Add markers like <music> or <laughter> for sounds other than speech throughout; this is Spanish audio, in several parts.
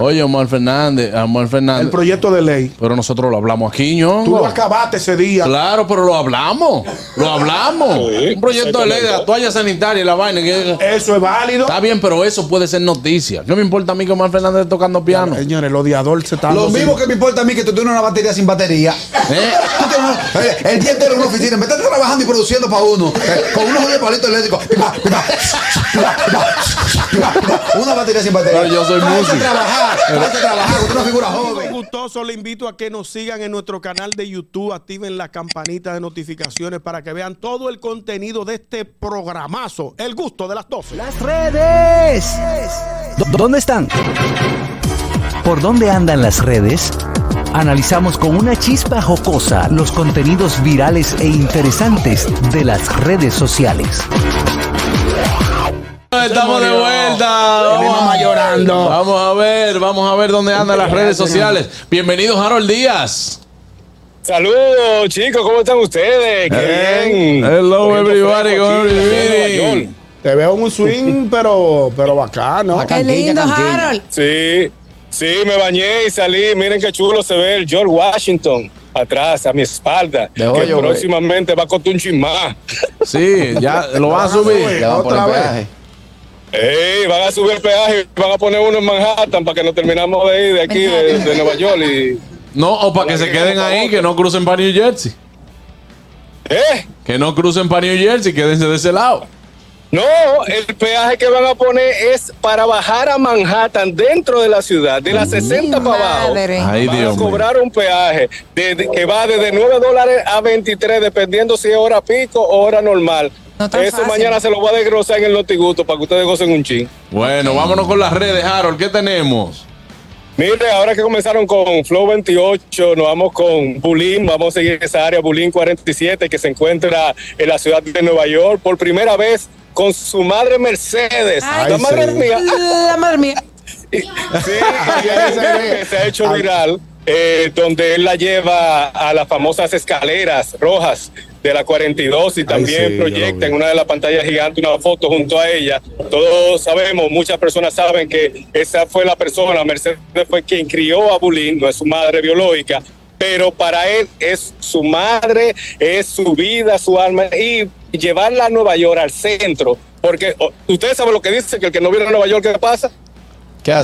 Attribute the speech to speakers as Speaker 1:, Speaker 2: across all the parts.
Speaker 1: Oye, Omar Fernández, Omar Fernández.
Speaker 2: El proyecto de ley.
Speaker 1: Pero nosotros lo hablamos aquí, ñongo.
Speaker 2: Tú lo acabaste ese día.
Speaker 1: Claro, pero lo hablamos. Lo hablamos.
Speaker 3: Sí,
Speaker 1: Un proyecto de ley de la toalla sanitaria y la vaina. que-
Speaker 2: Eso es válido.
Speaker 1: Está bien, pero eso puede ser noticia. No me importa a mí que Omar Fernández esté tocando piano.
Speaker 2: Señores, el odiador se está
Speaker 4: Lo
Speaker 2: dando
Speaker 4: mismo que me importa a mí que tú tienes una batería sin batería.
Speaker 1: ¿Eh?
Speaker 4: Tú tienes- eh, El día entero en una oficina, me estás trabajando y produciendo para uno, eh, con unos jodidos palitos eléctricos. Pi, pa, pi, pa, pi, pa, pi, pa, pi, pa, pi, pa. Una batería sin batería.
Speaker 1: Pero yo soy
Speaker 4: Ponte a
Speaker 1: músico.
Speaker 4: trabajar, ponte a trabajar, con una figura
Speaker 5: Amigos
Speaker 4: joven.
Speaker 5: gustosos, le invito a que nos sigan en nuestro canal de YouTube, activen la campanita de notificaciones para que vean todo el contenido de este programazo, El Gusto de las 12.
Speaker 6: Las redes. ¿Dó- ¿Dónde están? ¿Por dónde andan las redes? Analizamos con una chispa jocosa los contenidos virales e interesantes de las redes sociales.
Speaker 1: Estamos de vuelta.
Speaker 2: Mi mamá llorando.
Speaker 1: Vamos a ver, vamos a ver dónde andan las redes sociales. Bienvenidos, Harold Díaz.
Speaker 3: Saludos, chicos, ¿cómo están ustedes? Qué bien.
Speaker 1: Hello,
Speaker 3: Cogiendo
Speaker 1: everybody,
Speaker 3: fresco aquí,
Speaker 1: everybody.
Speaker 3: en Nueva York.
Speaker 2: Te veo en un swing, pero, pero bacano.
Speaker 7: Qué lindo, Harold.
Speaker 3: Sí, sí, me bañé y salí. Miren qué chulo se ve el George Washington atrás, a mi espalda.
Speaker 1: De
Speaker 3: que
Speaker 1: hoyo, güey.
Speaker 3: próximamente va a costar un chismá.
Speaker 1: Sí, ya lo van a subir.
Speaker 2: Ya van a poner peaje.
Speaker 3: Ey, van a subir el peaje, van a poner uno en Manhattan para que nos terminamos de ir de aquí, de, de Nueva York. Y,
Speaker 1: No, o para que se queden ahí, que no crucen para New Jersey.
Speaker 3: ¿Eh?
Speaker 1: Que no crucen para New Jersey, quédense de ese lado.
Speaker 3: No, el peaje que van a poner es para bajar a Manhattan dentro de la ciudad, de las 60 para abajo.
Speaker 7: Madre.
Speaker 1: Ay,
Speaker 3: van
Speaker 1: Dios
Speaker 3: a
Speaker 1: mío.
Speaker 3: cobrar un peaje de- de- que va desde 9 dólares a 23, dependiendo si es hora pico o hora normal.
Speaker 7: No tan
Speaker 3: Eso
Speaker 7: fácil.
Speaker 3: mañana se lo voy a desglosar en el notigusto para que ustedes gocen un chin.
Speaker 1: Bueno, vámonos con las redes, Harold. ¿Qué tenemos?
Speaker 3: Mire, ahora que comenzaron con Flow 28, nos vamos con Bulín, vamos a seguir esa área, Bulín 47, que se encuentra en la ciudad de Nueva York por primera vez con su madre Mercedes.
Speaker 7: Ay,
Speaker 3: la madre
Speaker 2: sí.
Speaker 3: mía.
Speaker 7: La madre mía.
Speaker 3: Sí, y hay un video que <laughs> se ha hecho viral, eh, donde él la lleva a las famosas escaleras rojas de la 42 y también
Speaker 2: sí, yo lo vi.
Speaker 3: proyecta en una de las pantallas gigantes una foto junto a ella. Todos sabemos, muchas personas saben que esa fue la persona, Mercedes fue quien crió a Bulín, no es su madre biológica, pero para él es su madre, es su vida, su alma, y llevarla a Nueva York, al centro, porque oh, ustedes saben lo que dice, que el que no viene a Nueva York, ¿qué pasa?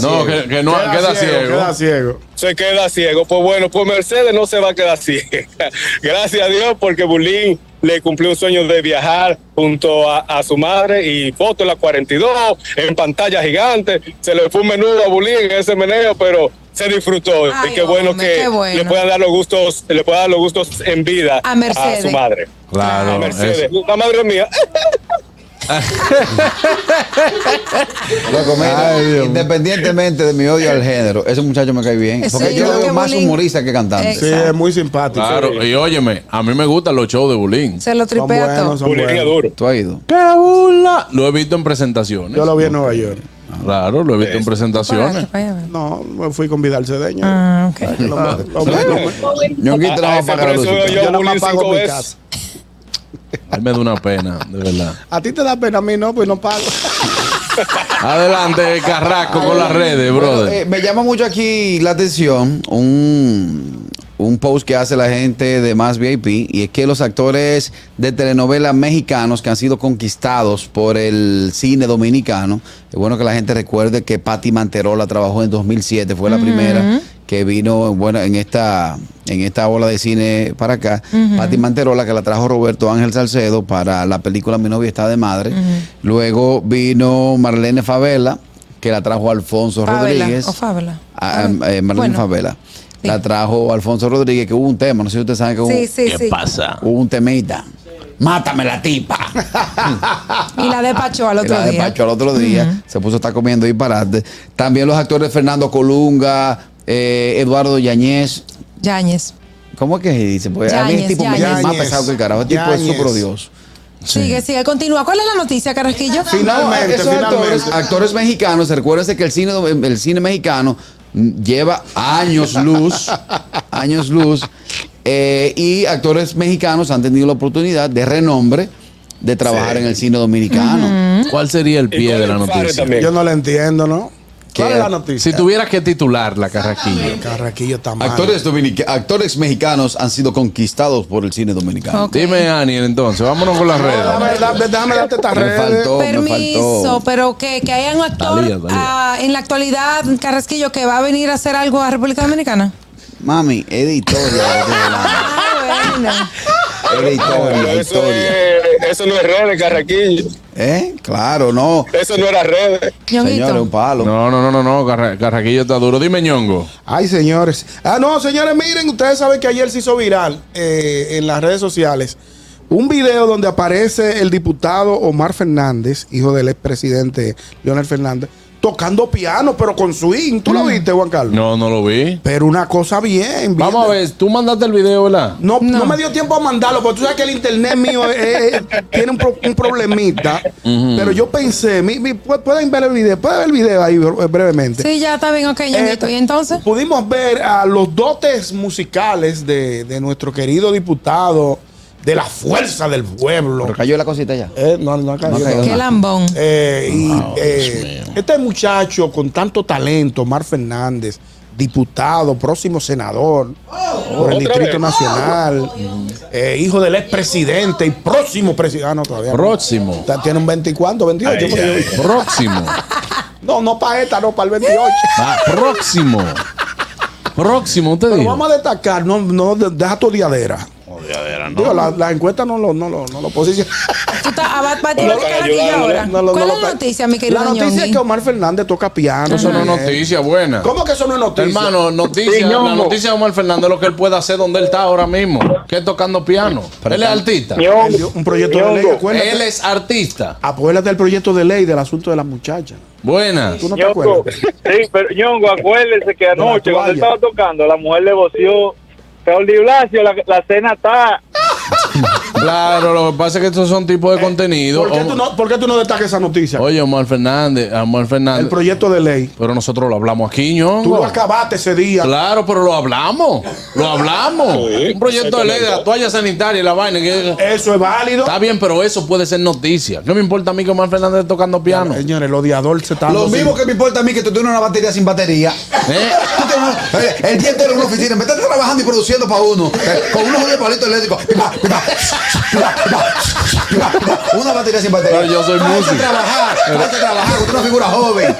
Speaker 1: No, que, que no queda, ciego.
Speaker 2: Queda ciego.
Speaker 3: se queda ciego. Pues bueno, pues Mercedes no se va a quedar ciega. <laughs> Gracias a Dios porque Bulín le cumplió un sueño de viajar junto a, a su madre y foto en la 42, en pantalla gigante. Se le fue un menudo a Bulín en ese meneo, pero se disfrutó.
Speaker 7: Ay,
Speaker 3: y qué bueno
Speaker 7: hombre,
Speaker 3: que
Speaker 7: qué bueno.
Speaker 3: le puedan dar los gustos, le puedan dar los gustos en vida
Speaker 7: A Mercedes.
Speaker 3: su madre.
Speaker 1: Claro,
Speaker 3: a Mercedes,
Speaker 1: eso.
Speaker 3: la madre mía.
Speaker 4: Loco, mira, independientemente de mi odio al género, ese muchacho me cae bien.
Speaker 7: Ese
Speaker 4: Porque yo
Speaker 7: yo
Speaker 4: lo
Speaker 7: que
Speaker 4: veo más
Speaker 7: bullying.
Speaker 4: humorista que cantante.
Speaker 7: Eh,
Speaker 2: Sí, es muy simpático.
Speaker 1: Claro, y óyeme, a mí me gustan los shows de Bulín.
Speaker 7: Se lo
Speaker 2: Son
Speaker 7: tripea todo.
Speaker 2: buenos, son
Speaker 3: Bulín es
Speaker 2: buenos.
Speaker 3: duro.
Speaker 4: Tú has ido.
Speaker 1: ¡Qué burla! Lo he visto en presentaciones.
Speaker 2: Yo lo vi en Nueva York.
Speaker 1: Claro, lo he visto en presentaciones.
Speaker 7: Para allá, para allá.
Speaker 2: No, me fui con Vidal Cedeño.
Speaker 7: Ah, ok.
Speaker 2: Lo- lo- lo- lo-
Speaker 4: Ñonguito
Speaker 3: A-
Speaker 4: le
Speaker 3: a
Speaker 4: vamos a
Speaker 3: Ah, ese
Speaker 4: pagar la luz.
Speaker 3: precio yo-
Speaker 2: Yo nada más
Speaker 3: Bulín
Speaker 2: pago
Speaker 3: cinco
Speaker 2: mi
Speaker 3: veces.
Speaker 2: casa.
Speaker 1: A mí me da una pena, de verdad.
Speaker 2: A ti te da pena, a mí no, pues no pago.
Speaker 1: Adelante, Carrasco, con las redes,
Speaker 4: Bueno, eh,
Speaker 1: brother.
Speaker 4: me llama mucho aquí la atención un, un post que hace la gente de Más VIP y es que los actores de telenovelas mexicanos que han sido conquistados por el cine dominicano, es bueno que la gente recuerde que Patti Manterola trabajó en 2007, fue la primera que vino bueno, en esta en esta ola de cine para acá, Patti Manterola, que la trajo Roberto Ángel Salcedo para la película Mi novia está de madre. Luego vino Marlene Favela, que la trajo Alfonso
Speaker 7: Favela,
Speaker 4: Rodríguez.
Speaker 7: o Favela.
Speaker 4: Ah, eh, Marlene
Speaker 7: Bueno.
Speaker 4: Favela.
Speaker 7: Sí.
Speaker 4: La trajo Alfonso Rodríguez, que hubo un tema, no sé si ustedes saben que hubo,
Speaker 7: Sí, sí, sí.
Speaker 1: pasa?
Speaker 4: hubo un temita. Mátame la tipa.
Speaker 7: Y la despachó <laughs> al
Speaker 4: Y
Speaker 7: otro
Speaker 4: la
Speaker 7: día.
Speaker 4: despachó al otro día. Se puso a estar comiendo disparate. También los actores Fernando Colunga, eh, Eduardo Yañez.
Speaker 7: Yañez.
Speaker 4: ¿Cómo es que se dice? Pues, a mí el
Speaker 7: Yáñez,
Speaker 4: tipo me
Speaker 7: Yáñez.
Speaker 4: más pesado que el carajo. El tipo es
Speaker 2: Yáñez.
Speaker 4: súper odioso.
Speaker 7: Sigue, sigue, continúa. ¿Cuál es la noticia, Carrasquillo?
Speaker 2: Finalmente,
Speaker 4: esos actores,
Speaker 2: finalmente.
Speaker 4: actores mexicanos, recuérdense que el cine, el cine mexicano mm, lleva años luz, años luz, eh, y actores mexicanos han tenido la oportunidad de renombre de trabajar en el cine dominicano.
Speaker 1: ¿Cuál sería el
Speaker 3: Y
Speaker 1: pie de la
Speaker 3: Colin Farrell
Speaker 1: noticia?
Speaker 3: también.
Speaker 2: Yo no la entiendo, ¿no? ¿Cuál es la
Speaker 4: que
Speaker 2: noticia?
Speaker 1: Si tuvieras que titularla, Carraquillo.
Speaker 2: Carraquillo está mal.
Speaker 4: actores, dominica- actores mexicanos han sido conquistados por el cine dominicano.
Speaker 7: Ok.
Speaker 1: Dime, Aniel, entonces, vámonos con las redes.
Speaker 2: Déjame, da- déjame darte esta
Speaker 4: Me
Speaker 2: red.
Speaker 4: faltó, oh, me
Speaker 7: Permiso,
Speaker 4: faltó.
Speaker 7: pero que, que haya un actor
Speaker 1: Talía, Talía.
Speaker 7: ah, en la actualidad, Carrasquillo, que va a venir a hacer algo a República
Speaker 4: <laughs>
Speaker 7: Dominicana.
Speaker 4: Mami, editoria.
Speaker 7: Ah, bueno.
Speaker 3: Eso,
Speaker 4: editoria, editoria.
Speaker 3: es- eso no es redes, Carraquillo.
Speaker 4: ¿Eh? Claro, no.
Speaker 3: Eso no era redes.
Speaker 7: Ñonguito.
Speaker 4: Señores, un palo.
Speaker 1: No, no, no, no, no, Carra- Carraquillo está duro. Dime, ñongo.
Speaker 2: Ay, señores. Ah, no, señores, miren, ustedes saben que ayer se hizo viral eh, en las redes sociales un video donde aparece el diputado Omar Fernández, hijo del expresidente Leonel Fernández, tocando piano, pero con swing. ¿Tú lo viste, Juan Carlos?
Speaker 1: No, no lo vi.
Speaker 2: Pero una cosa bien, bien.
Speaker 1: Vamos a ver, tú mandaste el video, ¿verdad?
Speaker 2: No, no me dio tiempo a mandarlo, porque tú sabes que el internet mío eh, eh, tiene un, pro- un problemita. Pero yo pensé, mi- mi- pu- pueden ver el video, pueden ver el video ahí bre- brevemente.
Speaker 7: Sí, ya está bien, ok, Ñonguito.
Speaker 2: Eh,
Speaker 7: ¿Y entonces?
Speaker 2: Pudimos ver a los dotes musicales de, de nuestro querido diputado de la fuerza del pueblo.
Speaker 4: Pero cayó la cosita ya.
Speaker 2: Eh, no, no ha caído.
Speaker 4: No ha caído.
Speaker 7: Qué lambón.
Speaker 2: Eh, y, eh, este muchacho con tanto talento, Omar Fernández, diputado, próximo senador por el
Speaker 3: Oh, Otra
Speaker 2: Distrito
Speaker 3: vez.
Speaker 2: Nacional, eh, hijo del expresidente y próximo presidente. Ah, no, todavía. no.
Speaker 1: Próximo.
Speaker 2: Ta- Tiene un 24, 28.
Speaker 3: Ay,
Speaker 2: porque yo-
Speaker 3: ay.
Speaker 1: Próximo.
Speaker 2: No, no para esta, no, para el 28.
Speaker 1: Va, próximo. Próximo, usted
Speaker 2: Pero
Speaker 1: dijo.
Speaker 2: vamos a destacar, no, no de- deja tu diadera. Digo, la, la encuesta no lo, no lo, no
Speaker 1: <laughs>
Speaker 2: lo posiciona.
Speaker 7: Tú estás ah, a bat- batir
Speaker 3: Bueno,
Speaker 7: el
Speaker 3: para
Speaker 7: carraquillo
Speaker 3: ayudarlo,
Speaker 7: ahora.
Speaker 2: No lo-
Speaker 7: ¿Cuál
Speaker 2: no
Speaker 7: es
Speaker 2: lo-
Speaker 7: la noticia, mi querido
Speaker 2: La noticia
Speaker 7: Ñongui?
Speaker 2: es que Omar Fernández toca piano.
Speaker 1: Eso Ah, no es
Speaker 2: Bien.
Speaker 1: noticia buena.
Speaker 2: ¿Cómo que eso no es noticia?
Speaker 1: Hermano, noticia, la noticia de Omar Fernández es lo que él puede hacer donde él está ahora mismo, que es tocando piano. él es artista.
Speaker 2: Él dio un proyecto de ley. Acuérdate,
Speaker 1: Él es artista.
Speaker 2: acuérdate del proyecto de ley del asunto de las muchachas.
Speaker 1: Buena.
Speaker 2: ¿Tú no te
Speaker 8: Ñongo,
Speaker 2: acuerdas?
Speaker 8: sí, pero Ñongo, acuérdese que anoche cuando
Speaker 2: toalla.
Speaker 8: él estaba tocando, la mujer le voció. Raúl Di Blasio, la, la cena está.
Speaker 1: Claro, lo que pasa es que estos son tipos de contenido.
Speaker 2: Eh, ¿Por qué, tú no, por qué tú no destacas esa noticia?
Speaker 1: Oye, Omar Fernández, Omar
Speaker 2: El
Speaker 1: Fernández.
Speaker 2: proyecto de ley.
Speaker 1: Pero nosotros lo hablamos aquí, ¿no?
Speaker 2: Tú lo acabaste ese día.
Speaker 1: Claro, pero lo hablamos. Lo hablamos.
Speaker 2: <laughs>
Speaker 3: Sí,
Speaker 1: Un proyecto de ley de la toalla sanitaria y la vaina. que-
Speaker 2: Eso es válido.
Speaker 1: Está bien, pero eso puede ser noticia. ¿Qué me importa a mí que Omar Fernández esté tocando piano?
Speaker 2: Señores, el odiador se está.
Speaker 4: Lo
Speaker 2: dando
Speaker 4: mismo
Speaker 2: sin-
Speaker 4: que me importa a mí que tú tienes una batería sin batería.
Speaker 1: ¿Eh?
Speaker 4: Tú tienes una- eh, El día entero en una oficina, me estás trabajando y produciendo para uno, eh, con unos jodidos palitos eléctricos. Pi, pa, pi, pa, pi, pa, pi, pa, pi, pa, pi, pa. Una batería sin batería.
Speaker 1: Pero yo soy
Speaker 4: Ponte a
Speaker 1: músico.
Speaker 4: trabajar, ponte a trabajar, usted es una figura joven.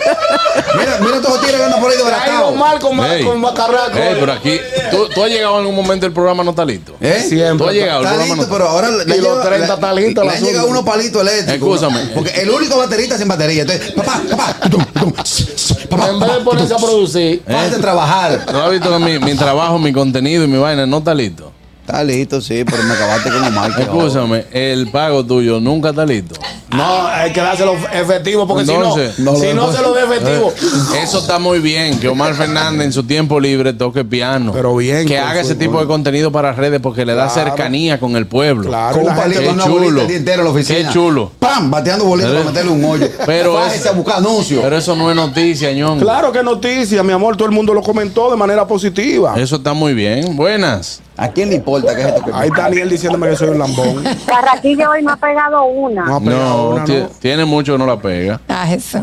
Speaker 4: Mira, mira todos los tigres que andan por ahí de
Speaker 2: Caído mal con, ma-
Speaker 1: Ey.
Speaker 2: con macarraco.
Speaker 1: Ey, pero aquí, ¿tú, tú has llegado en algún momento el programa no está listo.
Speaker 4: ¿Eh?
Speaker 1: Tú has llegado el
Speaker 4: Está
Speaker 1: programa no
Speaker 4: listo,
Speaker 1: está
Speaker 4: pero ahora le
Speaker 2: Y los
Speaker 4: lleva-
Speaker 2: 30 está listo el
Speaker 4: Le han llegado
Speaker 2: asunto.
Speaker 4: unos palitos eléctricos.
Speaker 1: Escúchame.
Speaker 4: Porque el único baterista sin batería. Entonces, papá, papá, tum, tum, papá,
Speaker 2: En vez de
Speaker 4: papá,
Speaker 2: ponerse a producir.
Speaker 4: ponte a trabajar.
Speaker 1: ¿Tú has visto que mi, mi trabajo, mi contenido y mi vaina no está listo?
Speaker 4: Está listo, sí, pero me acabaste como mal. que joven.
Speaker 1: Escúchame, el pago tuyo nunca está listo.
Speaker 2: No, hay que dárselo efectivo porque
Speaker 1: Entonces,
Speaker 2: si no,
Speaker 4: no lo
Speaker 2: si no
Speaker 4: puedo-
Speaker 2: se lo da efectivo.
Speaker 1: Eh, Eso está muy bien, que Omar Fernández en su tiempo libre toque piano.
Speaker 2: Pero bien,
Speaker 1: Que
Speaker 2: con
Speaker 1: haga ese
Speaker 2: su-
Speaker 1: tipo de contenido para redes porque le da cercanía con el pueblo.
Speaker 2: Claro.
Speaker 4: Con
Speaker 2: la
Speaker 4: un palito,
Speaker 1: gente-
Speaker 4: con una
Speaker 1: Qué
Speaker 4: bolita
Speaker 1: chulo.
Speaker 4: el día entero en la oficina.
Speaker 1: Qué chulo.
Speaker 4: ¡Pam! Bateando bolitas para meterle un hoyo.
Speaker 1: <laughs> Pero
Speaker 4: Bájese
Speaker 1: eso-
Speaker 4: a buscar anuncios.
Speaker 1: Pero eso no es noticia, ñón.
Speaker 2: Claro que noticia, mi amor, todo el mundo lo comentó de manera positiva.
Speaker 1: Eso está muy bien. Buenas.
Speaker 4: ¿A quién le importa que es esto que
Speaker 2: Ahí está Daniel diciéndome que soy un lambón.
Speaker 9: Carraquillo hoy no ha pegado una.
Speaker 2: No ha pegado
Speaker 1: No,
Speaker 2: una,
Speaker 1: ti-
Speaker 2: no.
Speaker 1: tiene mucho que no la pega.
Speaker 7: Ah, eso.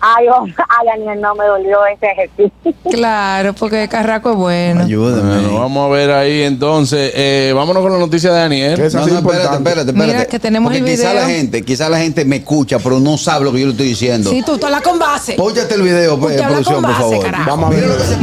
Speaker 9: Ay,
Speaker 4: <laughs>
Speaker 9: oh, ay, Daniel, no me dolió
Speaker 4: este
Speaker 9: ese ejercicio.
Speaker 7: Claro, porque Carraco es bueno.
Speaker 4: Ayúdame.
Speaker 1: Bueno, vamos a ver ahí entonces. Eh, vámonos con la noticia de Daniel.
Speaker 2: ¿Qué es?
Speaker 4: No,
Speaker 2: así
Speaker 4: no, espérate,
Speaker 2: importante.
Speaker 4: espérate, espérate.
Speaker 7: Mira, que tenemos
Speaker 4: Porque
Speaker 7: el
Speaker 4: quizá
Speaker 7: video.
Speaker 4: la gente, quizá la gente me escucha, pero no sabe lo que yo le estoy diciendo.
Speaker 7: Sí, tú, tú la con base.
Speaker 4: Pónchate el video,
Speaker 7: Usted
Speaker 4: pues,
Speaker 7: habla
Speaker 4: producción,
Speaker 7: con
Speaker 4: por
Speaker 7: base,
Speaker 4: favor.
Speaker 7: carajo.
Speaker 2: Vamos a ver.
Speaker 4: Mira lo que se-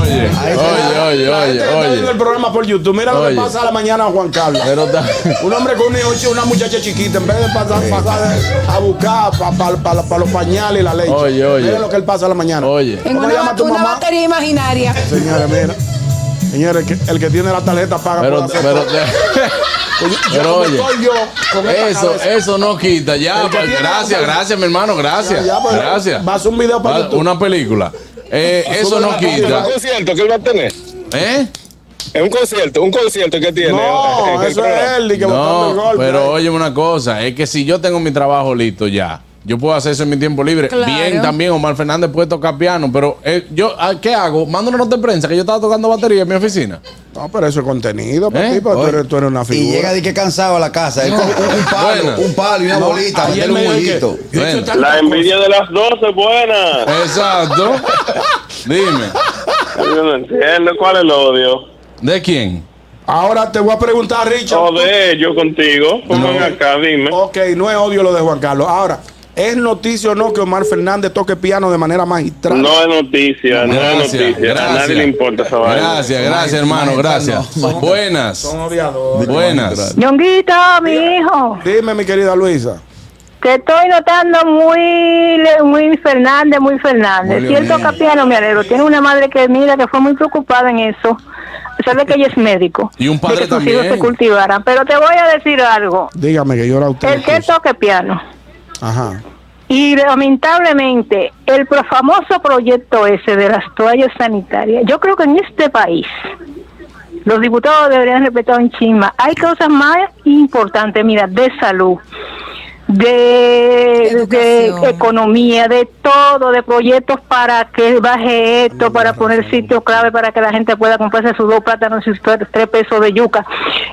Speaker 1: Oye, oye, oye,
Speaker 2: La gente
Speaker 1: oye,
Speaker 2: que está viendo el
Speaker 1: oye.
Speaker 2: programa por YouTube. Mira lo que
Speaker 1: Oye.
Speaker 2: pasa a la mañana a Juan Carlos.
Speaker 1: Pero está-
Speaker 2: Un hombre con una, una muchacha chiquita, en vez de pasar, pasar a buscar para los pañales y la leche.
Speaker 1: Oye, oye.
Speaker 2: Mira lo que él pasa a la mañana.
Speaker 1: Oye.
Speaker 7: En una,
Speaker 2: llama
Speaker 7: ba-
Speaker 2: tu
Speaker 7: una
Speaker 2: mamá?
Speaker 7: batería imaginaria.
Speaker 2: Señores, mira. Señores, el que, el que tiene la tarjeta paga
Speaker 1: Pero,
Speaker 2: por hacer
Speaker 1: pero,
Speaker 2: todo. Yo- yo
Speaker 1: pero
Speaker 2: como
Speaker 1: oye,
Speaker 2: estoy yo con esta
Speaker 1: eso,
Speaker 2: cabeza.
Speaker 1: eso no quita. Ya,
Speaker 2: El que
Speaker 1: pa-
Speaker 2: tiene
Speaker 1: gracias,
Speaker 2: la-
Speaker 1: gracias, mi hermano, gracias.
Speaker 2: Ya, ya, pues,
Speaker 1: gracias.
Speaker 2: va a hacer un video para
Speaker 1: Va-
Speaker 2: YouTube.
Speaker 1: Una película. Eh, eso no
Speaker 3: Es un
Speaker 1: quita.
Speaker 3: concierto que él va a tener.
Speaker 1: ¿Eh?
Speaker 3: Es un concierto, un concierto que tiene. eh, en
Speaker 2: No,
Speaker 3: el
Speaker 2: eso es
Speaker 3: programa.
Speaker 2: él y que botando el
Speaker 1: No,
Speaker 2: golpe.
Speaker 1: pero oye una cosa, es que si yo tengo mi trabajo listo ya, Yo puedo hacer eso en mi tiempo libre.
Speaker 7: Claro.
Speaker 1: Bien, también Omar Fernández puede tocar piano, pero eh, yo, ah, ¿qué hago? Mando una nota de prensa que yo estaba tocando batería en mi oficina.
Speaker 2: No, pero eso es contenido, papi,
Speaker 1: ¿Eh?
Speaker 2: porque tú
Speaker 10: Oye,
Speaker 2: eres, tú eres una figura.
Speaker 10: Y llega de que cansado a la casa. Él con un, un palo,
Speaker 1: Buena.
Speaker 10: un palo y una bolita,
Speaker 11: Ayer
Speaker 10: meterle
Speaker 11: me
Speaker 10: un
Speaker 11: dijo
Speaker 10: bollito.
Speaker 11: que yo he hecho
Speaker 1: Bueno.
Speaker 11: tantas
Speaker 3: La envidia de las dos es buena.
Speaker 1: Exacto. <laughs> Dime,
Speaker 3: Yo no entiendo cuál es el odio.
Speaker 1: ¿de quién?
Speaker 2: Ahora te voy a preguntar, Richard.
Speaker 3: Joder, yo contigo. Pongan acá, dime.
Speaker 2: Ok, no es odio lo de Juan Carlos. Ahora, ¿es noticia o no que Omar Fernández toque piano de manera magistral?
Speaker 3: No es noticia, no es noticia. A nadie le importa esa vaina.
Speaker 1: Gracias, gracias,
Speaker 10: Maestro,
Speaker 1: hermano,
Speaker 10: maestro,
Speaker 1: gracias.
Speaker 10: no. Son-
Speaker 1: Buenas,
Speaker 2: Son odiadores.
Speaker 1: buenas.
Speaker 4: Ñonguito, mi hijo,
Speaker 2: Dime, mi querida Luisa.
Speaker 4: te estoy notando muy, le- muy Fernández, muy Fernández.
Speaker 1: Muy
Speaker 4: Si él
Speaker 1: Leonel.
Speaker 4: toca piano, me alegro. Tiene una madre que mira que fue muy preocupada en eso. Sabe que ella es médico.
Speaker 1: Y un
Speaker 4: de
Speaker 1: padre
Speaker 4: que sus
Speaker 1: también.
Speaker 4: hijos se cultivaran. Pero te voy a decir algo.
Speaker 2: Dígame que yo la usted.
Speaker 4: El que toque piano.
Speaker 2: Ajá.
Speaker 4: Y lamentablemente, el pro- famoso proyecto ese de las toallas sanitarias, yo creo que en este país los diputados deberían respetar un chisma. Hay cosas más importantes, mira, de salud, de, de
Speaker 7: Educación.
Speaker 4: economía, de todo, de proyectos para que baje esto, para poner sitio clave, para que la gente pueda comprarse sus dos plátanos y sus tres tres pesos de yuca,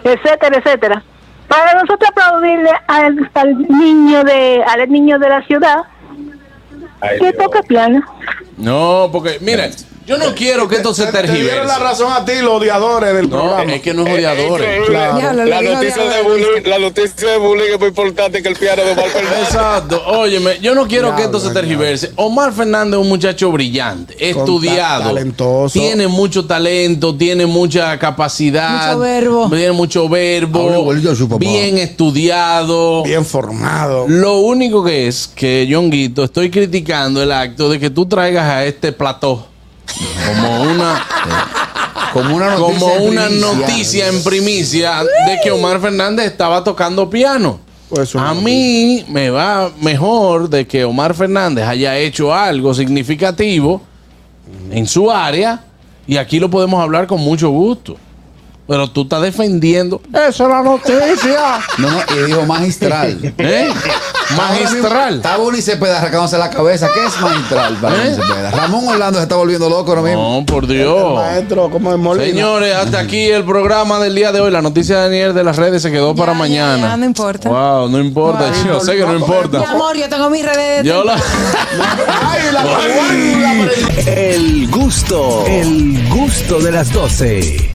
Speaker 4: etcétera, etcétera. Para nosotros aplaudirle al, al niño de al niño de la ciudad
Speaker 12: Ay,
Speaker 4: que
Speaker 12: Dios.
Speaker 4: toca piano.
Speaker 1: No, porque, miren, yo no quiero que esto se
Speaker 2: Te dieron la
Speaker 1: tergiverse.
Speaker 2: razón a ti, los odiadores del
Speaker 1: No,
Speaker 2: programa.
Speaker 1: es que no es
Speaker 12: Eh,
Speaker 1: odiadores.
Speaker 12: increíble.
Speaker 2: Claro.
Speaker 7: Ya, lo
Speaker 12: La
Speaker 7: dijo
Speaker 12: noticia
Speaker 7: Diana
Speaker 12: de
Speaker 7: Luisa.
Speaker 12: bullying, la noticia de bullying es muy importante que el piano de Omar
Speaker 1: <laughs>
Speaker 12: Fernández.
Speaker 1: Exacto, óyeme, yo no quiero que esto se
Speaker 2: Diablo,
Speaker 1: tergiverse. Omar Fernández es un muchacho brillante, estudiado,
Speaker 2: talentoso.
Speaker 1: tiene mucho talento, tiene mucha capacidad,
Speaker 7: Mucho verbo.
Speaker 1: tiene mucho verbo,
Speaker 10: Habla igualito a su papá.
Speaker 1: bien estudiado.
Speaker 2: Bien formado.
Speaker 1: Lo único que es que, Guito estoy criticando el acto de que tú traigas a este plató como una,
Speaker 10: <laughs> Como una noticia.
Speaker 1: como
Speaker 10: en
Speaker 1: una
Speaker 10: primicia.
Speaker 1: noticia en primicia de que Omar Fernández estaba tocando piano.
Speaker 2: Pues eso
Speaker 1: a
Speaker 2: no.
Speaker 1: mí me va mejor de que Omar Fernández haya hecho algo significativo en su área y aquí lo podemos hablar con mucho gusto. Pero tú estás defendiendo. Eso es la noticia.
Speaker 10: No, no, y dijo
Speaker 4: <laughs>
Speaker 10: magistral.
Speaker 1: <laughs> ¿Eh? Magistral.
Speaker 10: Está Bonnie Cepeda arrancándose la cabeza. ¿Qué es magistral para Bonnie
Speaker 1: ¿Eh?
Speaker 10: Cepeda? Ramón Orlando se está volviendo loco ahora mismo.
Speaker 1: No, por
Speaker 2: El
Speaker 1: Dios.
Speaker 2: maestro, como de Molina.
Speaker 1: Señores, hasta aquí el programa del día de hoy. La noticia de Daniel de las redes se quedó
Speaker 7: Ya,
Speaker 1: para
Speaker 7: ya,
Speaker 1: mañana.
Speaker 7: ya, no importa.
Speaker 1: Wow, no importa.
Speaker 7: Wow.
Speaker 1: Yo sé que no importa.
Speaker 7: Mi amor, yo tengo mis redes de
Speaker 1: Yo la.
Speaker 2: Ay, la-
Speaker 6: El gusto, el gusto de las 12.